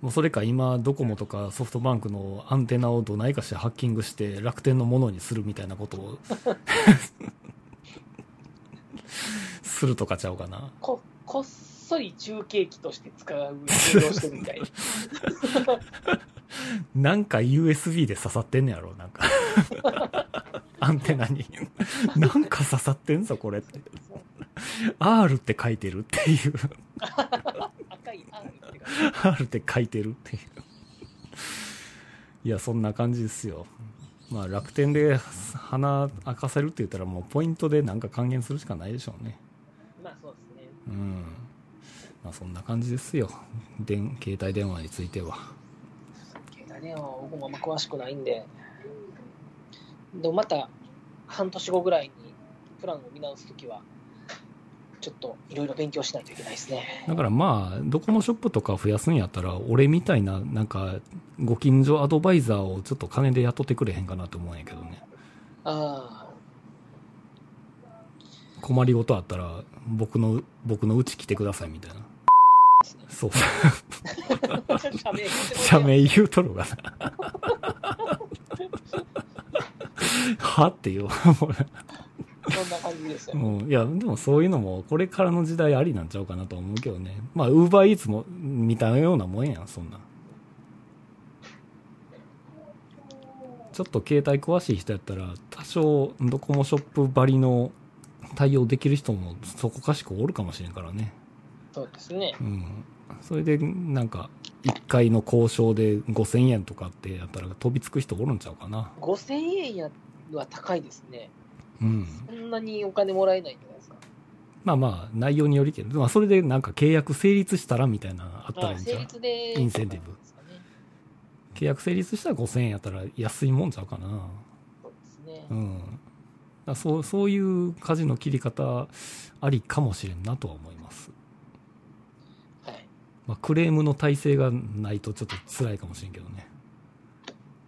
B: もうそれか今ドコモとかソフトバンクのアンテナをどないかしてハッキングして楽天のものにするみたいなことをするとかちゃうかな
C: ここっそり中継機として使う利用してる みたいな
B: なんか USB で刺さってんねやろ、なんか。アンテナに。なんか刺さってんぞ、これって。R って書いてるっていう。
C: 赤い R って感
B: R って書いてるっていう。いや、そんな感じですよ。まあ、楽天で鼻開かせるって言ったら、もうポイントでなんか還元するしかないでしょうね。
C: じまあそうですね
B: うん。まあ、そんな感じですよ。電、携帯電話については。
C: 携帯電話は僕もあんま詳しくないんででもまた半年後ぐらいにプランを見直すときはちょっといろいろ勉強しないといけないですね
B: だからまあ、ドコモショップとか増やすんやったら、俺みたいな、なんか、ご近所アドバイザーをちょっと金で雇ってくれへんかなと思うんやけどね。
C: ああ
B: 困りごとあったら、僕の、僕のうち来てくださいみたいな。そう、
C: 社名
B: 社名言うとるがな。はっていう。
C: そんな感じですよ、
B: うん、いや、でもそういうのも、これからの時代ありなんちゃうかなと思うけどね。まあ、ウーバーイーツも、似たようなもんやん、そんなん。ちょっと携帯詳しい人やったら、多少、ドコモショップばりの対応できる人も、そこかしくおるかもしれんからね。
C: そうですね
B: うん。それで、なんか、1回の交渉で5000円とかってやったら、飛びつく人おるんちゃうかな。
C: 5000円やは高いですね
B: うん。
C: そんなにお金もらえないんじゃないですか
B: まあまあ、内容によりけど、まあ、それでなんか契約成立したらみたいなのあったら
C: あ
B: い
C: あ
B: いんち
C: 成
B: ゃう
C: 立で
B: インセンティブ
C: ですかね
B: 契約成立したら5000円やったら安いもんちゃうかな。
C: そうですね
B: うん。だからそう、そういう舵の切り方ありかもしれんなとは思います。
C: はい
B: まあ、クレームの体制がないとちょっと辛いかもしれんけどね。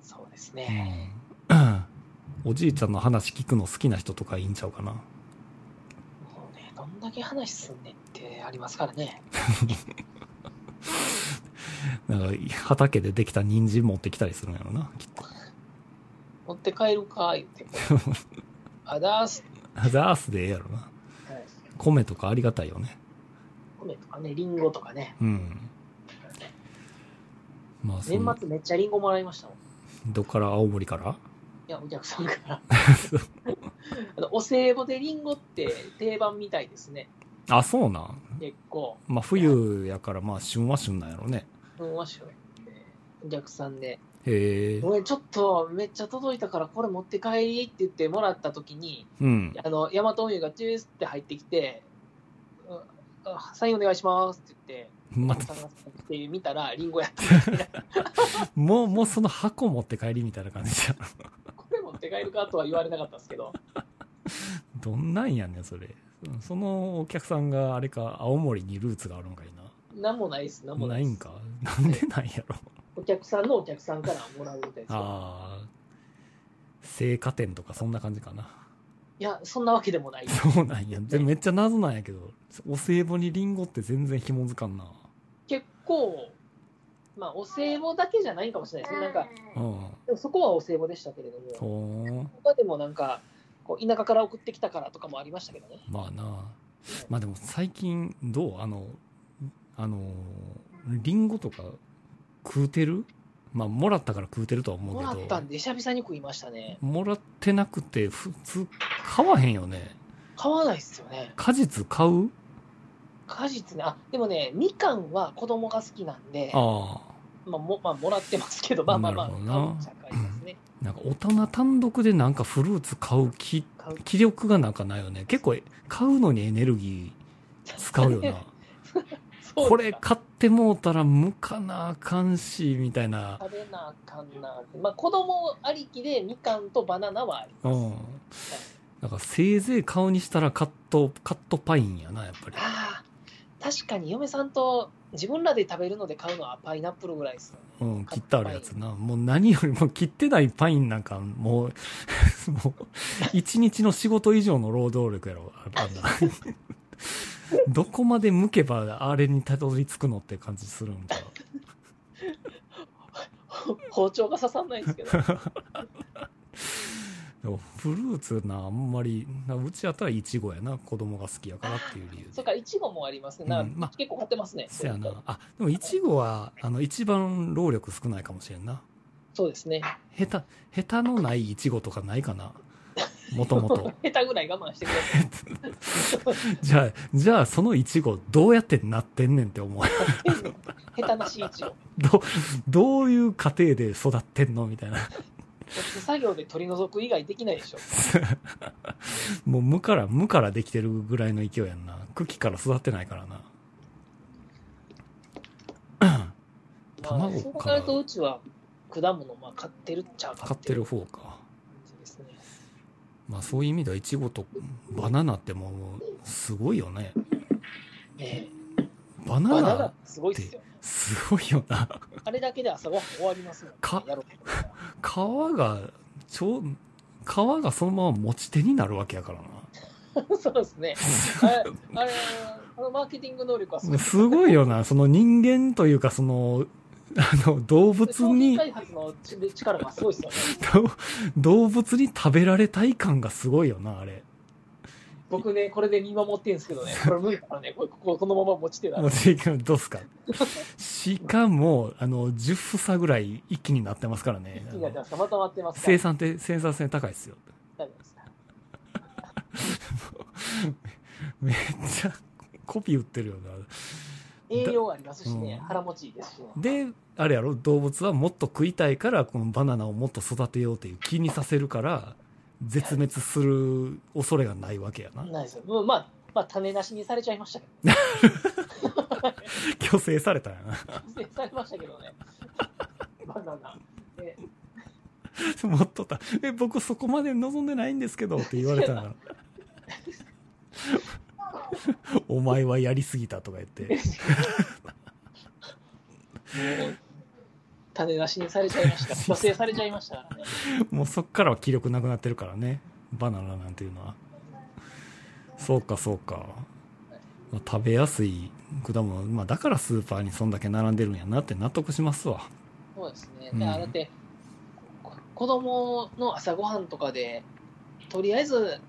C: そうですね、
B: うん。 おじいちゃんの話聞くの好きな人とかいいんちゃうかな。
C: もうねどんだけ話すんねんってありますからね
B: なんか畑でできた人参持ってきたりするんやろな、きっと。
C: 持って帰るか言ってあだーす、
B: ザースでええやろな。
C: はい、
B: 米とかありがたいよね。
C: 米とかねリンゴとかね
B: うん。まあ、そ
C: 年
B: の
C: 末めっちゃリンゴもらいましたもんい
B: どっから青森から
C: やお客さんからあのお歳暮でリンゴって定番みたいですね
B: あ、そうなん。
C: 結構
B: まあ、冬やから、まあ、旬は旬なんやろね。
C: うんわしょお客さんで
B: へ
C: 「
B: え。
C: おいちょっとめっちゃ届いたからこれ持って帰り」って言ってもらった時に
B: うん。
C: あの、ヤマト運輸がチュースって入ってきて、うあサインお願いしますって言って、
B: また、
C: 探してみたら、リンゴやった。
B: もう、もうその箱持って帰りみたいな感じじゃん。
C: これ持って帰るかとは言われなかったんですけど、
B: どんなんやねん、それ。そのお客さんが、あれか、青森にルーツがあるんかいな。
C: なんもないです、なんも
B: な
C: ない
B: い
C: です
B: んか。なんでなんやろ。
C: お客さんのお客さんからもらうみたいですよ。
B: ああ。青果店とかそんな感じかな。
C: いや、そんなわけでもない。
B: そうなんや。でめっちゃ謎なんやけど、お歳暮にリンゴって全然紐づかんな。
C: 結構、まあ、お歳暮だけじゃないかもしれないですね。なんか、
B: うん。
C: でもそこはお歳暮でしたけれども、
B: ほーん。
C: 他でもなんか、こう田舎から送ってきたからとかもありましたけどね。
B: まあな。まあでも最近、どうあの、あの、リンゴとか食うてるまあ、もらったから食うてるとは思う
C: も
B: けど。
C: らったんで、久々に食いましたね。
B: もらってなくて、普通、買わへんよね。
C: 買わないっすよね。
B: 果実買う
C: 果実ね。あ、でもね、みかんは子供が好きなんで、
B: ああ。
C: まあ、もまあ、もらってますけど、まあまあまあ、
B: な
C: 買
B: る
C: う
B: ほど
C: ん
B: な
C: ちゃ買いますね。
B: なんか大人単独でなんかフルーツ買う気、
C: 買う。
B: 気力がなんかないよね。結構、買うのにエネルギー使 うよな。
C: そう
B: こ
C: で
B: れ
C: すか
B: 買ってもうたら無かなあかんし、みたいな。
C: 食べなあかんなって。まあ、子供ありきでみかんとバナナはあり
B: う
C: ます。
B: ん。なんかせいぜい買うにしたらカット、カットパインやな、やっぱり。
C: ああ、確かに嫁さんと自分らで食べるので買うのはパイナップルぐらいです
B: う
C: よね。
B: ん、切ってあるやつな。もう何よりも切ってないパインなんか、もう、もう、 一日の仕事以上の労働力やろ、あんな。 どこまで向けばあれにたどり着くのって感じするんだ。
C: 包丁が刺さんないん ですけど。
B: でもフルーツな、あんまり、なうちやったらイチゴやな、子供が好きやからっていう理由で。
C: そっか、いちごもありますね。な
B: うんまあ
C: 結構買ってますね。
B: そや
C: ういうの
B: な。あ、でもイチゴは、あの、一番労力少ないかもしれんな。
C: そうですね。
B: 下手、下手のないイチゴとかないかな。もともと。
C: 下手ぐらい 我慢してください。
B: じゃあ、じゃあそのイチゴどうやってなってんねんって思う。
C: 下手なしいちご。
B: ど、どういう過程で育ってんのみたいな。
C: 手作業で取り除く以外できないでしょ。
B: もう無から無からできてるぐらいの勢いやんな。茎から育ってないからな。
C: まあ、
B: 卵
C: そう
B: か
C: 考
B: ら
C: えるとうちは果物、まあ、買ってるっちゃ
B: 買
C: 買
B: っ
C: ってて
B: る
C: る
B: 方か。
C: 感じですね。
B: まあそういう意味ではイチゴとバナナってもうすごいよね。
C: え
B: バ
C: え
B: ナ
C: バナ
B: ナ
C: ナ、すごいですよ。
B: すごいよな。
C: あれだけで朝ごはん終わりますもんね
B: か
C: やろうと思ったら
B: 皮が、ちょう、皮がそのまま持ち手になるわけやからな。
C: そう ですね。あれ、あれあのマーケティング能力はすごい。
B: すごいよな、その人間というか、その、あの、動物
C: 商品
B: に、
C: 開発の力がすごいですよね。
B: 動物に食べられたい感がすごいよな、あれ。
C: 僕ね、これで見守ってるんですけどね、これ無理だからね、これこここのまま持ち手だ
B: もう。ていくどうすか。しかも、あの、10房ぐらい一気になってますから
C: 気
B: ね。
C: になってますかまとまってますか
B: 生産って、生産性高いですよ。
C: 大丈夫ですか
B: めっちゃコピー売ってるよな。
C: 栄養ありますしね、
B: うん
C: 腹持ちいいですしね。
B: で、あれやろ、動物はもっと食いたいから、このバナナをもっと育てようという気にさせるから、絶滅する恐れがないわけやな。
C: ないですよ。うんまあ、まあ、種なしにされちゃいました け
B: 虚勢されたんやな。
C: ど、ね、されましたけどね。バナナ。ね
B: 持っとった。え、僕そこまで望んでないんですけどって言われたら。お前はやりすぎたとか言って。
C: もう種なしにされちゃい ました。蘇生されちゃいましたからね。
B: もうそっからは気力なくなってるからね。バナナなんていうのは。そうか、そうか。まあ食べやすい果物。まあだからスーパーにそんだけ並んでるんやなって納得しますわ。
C: そうですね。
B: うん
C: だからだって、こ子供の朝ごはんとかで、とりあえず、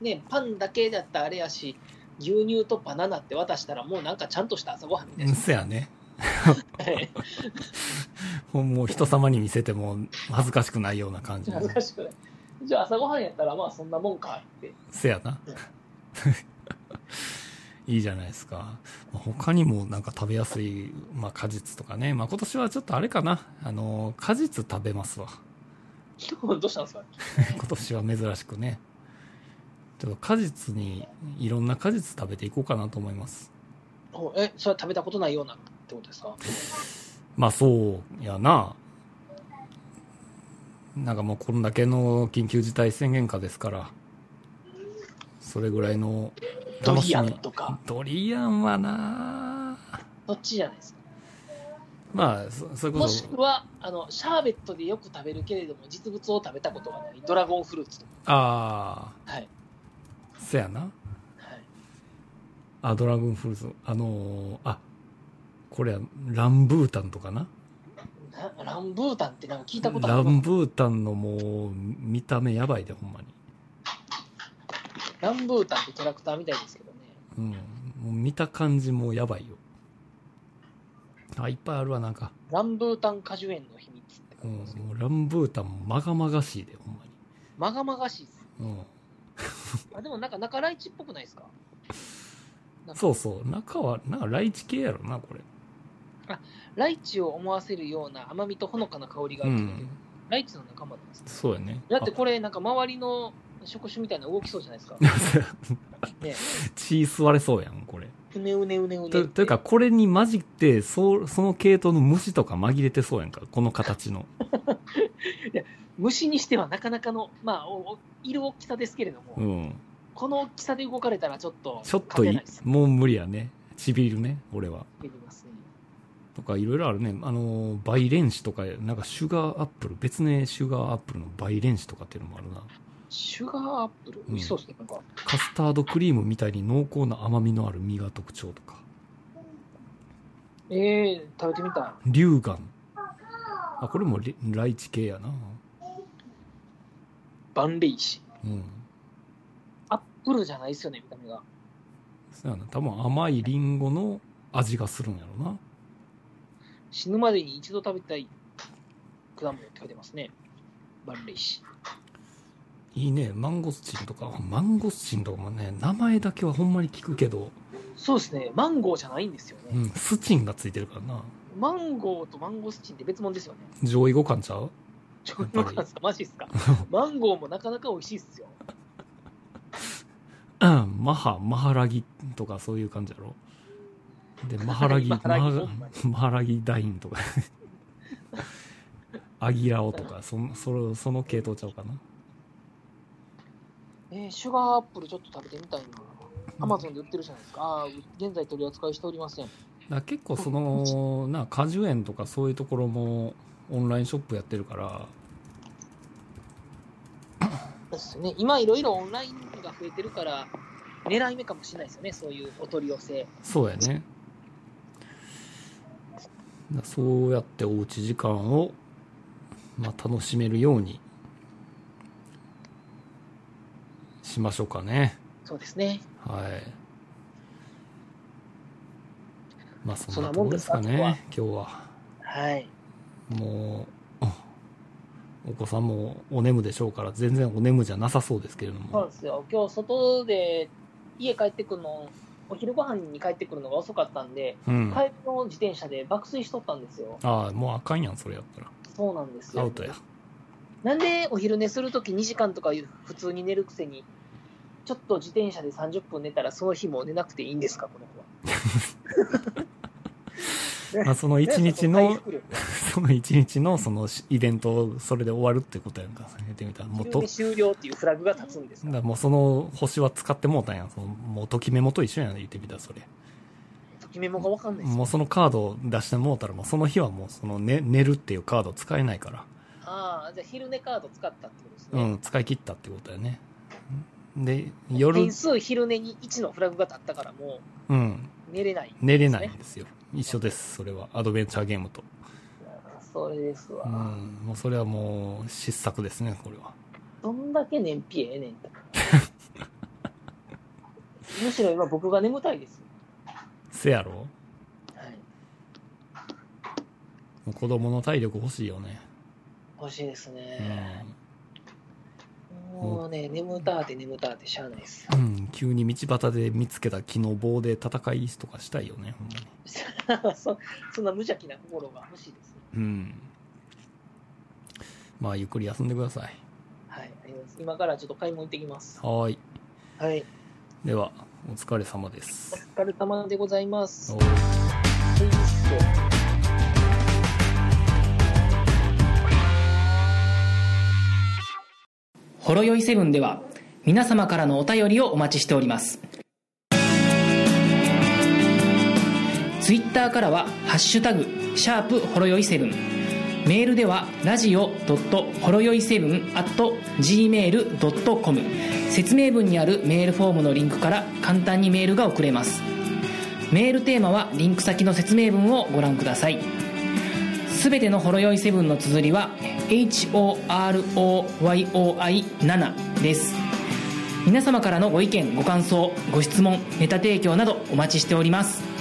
C: ね、パンだけだったらあれやし、牛乳とバナナって渡したら、もうなんかちゃんとした朝ごはんみたいうな。
B: ん、そやね。
C: はい
B: ほんもう人様に見せても恥ずかしくないような感 じの
C: 恥ずかしくない。じゃあ朝ごはんやったら、まあそんなもんかって。
B: せやな。いいじゃないですか。まあ他にもなんか食べやすい、まあ果実とかね。まあ今年はちょっとあれかな。あの、果実食べます わ。
C: どうしたんですか
B: 今年は珍しくね。ちょっと果実に、いろんな果実食べていこうかなと思います。
C: おえ、それは食べたことないようなってことですか
B: まあそうやな。なんかもうこんだけの緊急事態宣言下ですから、それぐらいの
C: ド
B: 楽
C: リ
B: し
C: アン
B: み。
C: とか、
B: ドリアンはな
C: どっちじゃないですか。
B: まあ、そそういうこ
C: もし
B: と。
C: くは、あの、シャーベットでよく食べるけれども、実物を食べたことがない、ドラゴンフルーツとか。
B: ああ、
C: はい。
B: せやな。
C: はい、
B: あ、ドラゴンフルーツ、あのーあ、これや、ランブータンとかな。
C: なランブータンってなんか聞いたことあ
B: ラ
C: る
B: ンブータンのもう、見た目やばいで、ほんまに。
C: ランブータンってキャラクターみたいですけどね。
B: うん。もう見た感じもうやばいよ。あ、いっぱいあるわ、なんか。
C: ランブータン果樹園の秘密って
B: うん。
C: 感じですよ。
B: もうランブータンもまがまがしいで、ほんま
C: まがまがしいです。
B: に。うん。
C: あでもなんか中ライチっぽくないですか
B: そうそう。中は、なんかライチ系やろな、これ。
C: ライチを思わせるような甘みとほのかな香りがあ
B: う
C: る、
B: ん。
C: ライチの仲間なんですね
B: そうやね。
C: だってこれなんか周りの触手みたいなの動きそうじゃないで すか。
B: あ
C: ね
B: 血吸われそうやん、これ。
C: うねうねうねうねって。
B: とというか、これに混じって、そう、その系統の虫とか紛れてそうやんか、この形 の。
C: 虫にしてはなかなかの、まあ、おおいる大きさですけれども、
B: うん。
C: この大きさで動かれたらちょっと
B: ちょっと
C: 勝て
B: い
C: ないです、
B: もう無理やね。ちびるね、俺は。
C: いますね
B: とか、いろいろあるね。あの、梅蓮子とか、なんかシュガーアップル、別名シュガーアップルの梅蓮子とかっていうのもあるな。
C: シュガーアップル、
B: ん
C: 美味しそうですね、なんか。
B: カスタードクリームみたいに濃厚な甘みのある実が特徴とか。
C: ええ食べてみたい。
B: 龍眼。あ、これもレライチ系やな。
C: 万里石。
B: うん。
C: アップルじゃないですよね、見た目が。
B: そうやな。多分甘いリンゴの味がするんやろな。
C: 死ぬまでに一度食べたい果物を食べてますね。万里石。
B: いいね。マンゴスチンとか。あマンゴスチンとかもね、名前だけはほんまに聞くけど、
C: そうですね、マンゴーじゃないんですよ
B: う
C: ね。
B: ん、スチンがついてるからな。
C: マンゴーとマンゴスチンって別物ですよね。
B: 上位互換ちゃう
C: ちょっと待ってくださいマジっす か。マンゴーもなかなか美味しいっすよ。
B: うんマハ、マハラギとかそういう感じやろ。で、マハラギ、
C: マ
B: マ
C: ハラギ
B: ハ
C: ほんま
B: マハラギダインとか。アギラオとか、そんそのその系統ちゃうかな。
C: えーシュガーアップルちょっと食べてみたいな。アマゾンで売ってるじゃないですか。ああ、現在取り扱いしておりません。
B: だから結構その、な、果樹園とかそういうところもオンラインショップやってるから、
C: ですよね。今いろいろオンラインが増えてるから、狙い目かもしれないですよね。そういうお取り寄せ。
B: そうやね。だそうやっておうち時間を、まあ、楽しめるようにしましょうかね。
C: そうですね。
B: はい。まあそ
C: そ
B: ん
C: ん
B: な
C: な
B: と
C: も
B: こ
C: ん
B: で
C: ですす
B: か
C: か
B: ね、今日は。
C: はい。
B: もう、あお子さんもお眠でしょうから、全然お眠じゃなさそうですけれど
C: そうなん
B: も。
C: ですよ。今日外で家帰ってくるの、お昼ご飯に帰ってくるのが遅かったんで、
B: うん。あ
C: 帰りの自転車で爆睡しとったんですよ。
B: あ、もうあかんやん、それやったら。
C: そうなんです
B: ア
C: よ
B: ウ。トや。
C: なんでお昼寝するとき2時間とかいう普通に寝るくせに、ちょっと自転車で30分寝たらその日も寝なくていいんですか、この子は。
B: まあその一日の
C: ねその回復力
B: その一日のそのイベントをそれで終わるってことやんか。言ってみたら、もう
C: 昼
B: と、
C: 寝
B: だか
C: 終了っていうフラグが立つんですから
B: らもうその星は使ってもうたんやん。そのもうときメモと一緒やん、言ってみたらそれ。
C: ときめもがわかんないですよ。
B: もうそのカードを出してもうたら、もうその日はもうその寝寝るっていうカード使えないから。
C: ああ、じゃあ昼寝カード使ったってことです
B: う
C: ね。
B: ん、使い切ったってことやね。で、
C: 点
B: 夜、
C: 数昼寝に1のフラグが立ったからも
B: うん、
C: う寝れない、
B: 寝れないんですよ。一緒です、それは。アドベンチャーゲームと。
C: それですわ。
B: うん、もうそれはもう失策ですね、これは。
C: どんだけ燃費ええね んと。むしろ今僕が眠たいです。
B: せやろ
C: はい、
B: もう子供の体力欲しいよね。
C: 欲しいです
B: う
C: ね。
B: ん。
C: もうね、眠たーて眠たーてしゃあないです。
B: うん、急に道端で見つけた木の棒で戦いとかしたいよね、ほんまに。
C: そそんな無邪気な心が欲しいです。
B: うん。まあ、ゆっくり休んでください。
C: はい、ありがとうございます今からちょっと買い物行ってきます。
B: はーい。
C: はい、
B: では、お疲れ様で
C: お
B: す。
C: 疲れ様でございます。
B: お
C: はいそう
A: ほろよいセブンでは皆様からのお便りをお待ちしておりますツイッターからは「ハッシュタグシャープほろよいセブン」メールではラジオほろよい7 gmail.com 説明文にあるメールフォームのリンクから簡単にメールが送れますメールテーマはリンク先の説明文をご覧くださいすべてのほろ酔い7の綴りは HOROYOI7 です皆様からのご意見ご感想ご質問ネタ提供などお待ちしております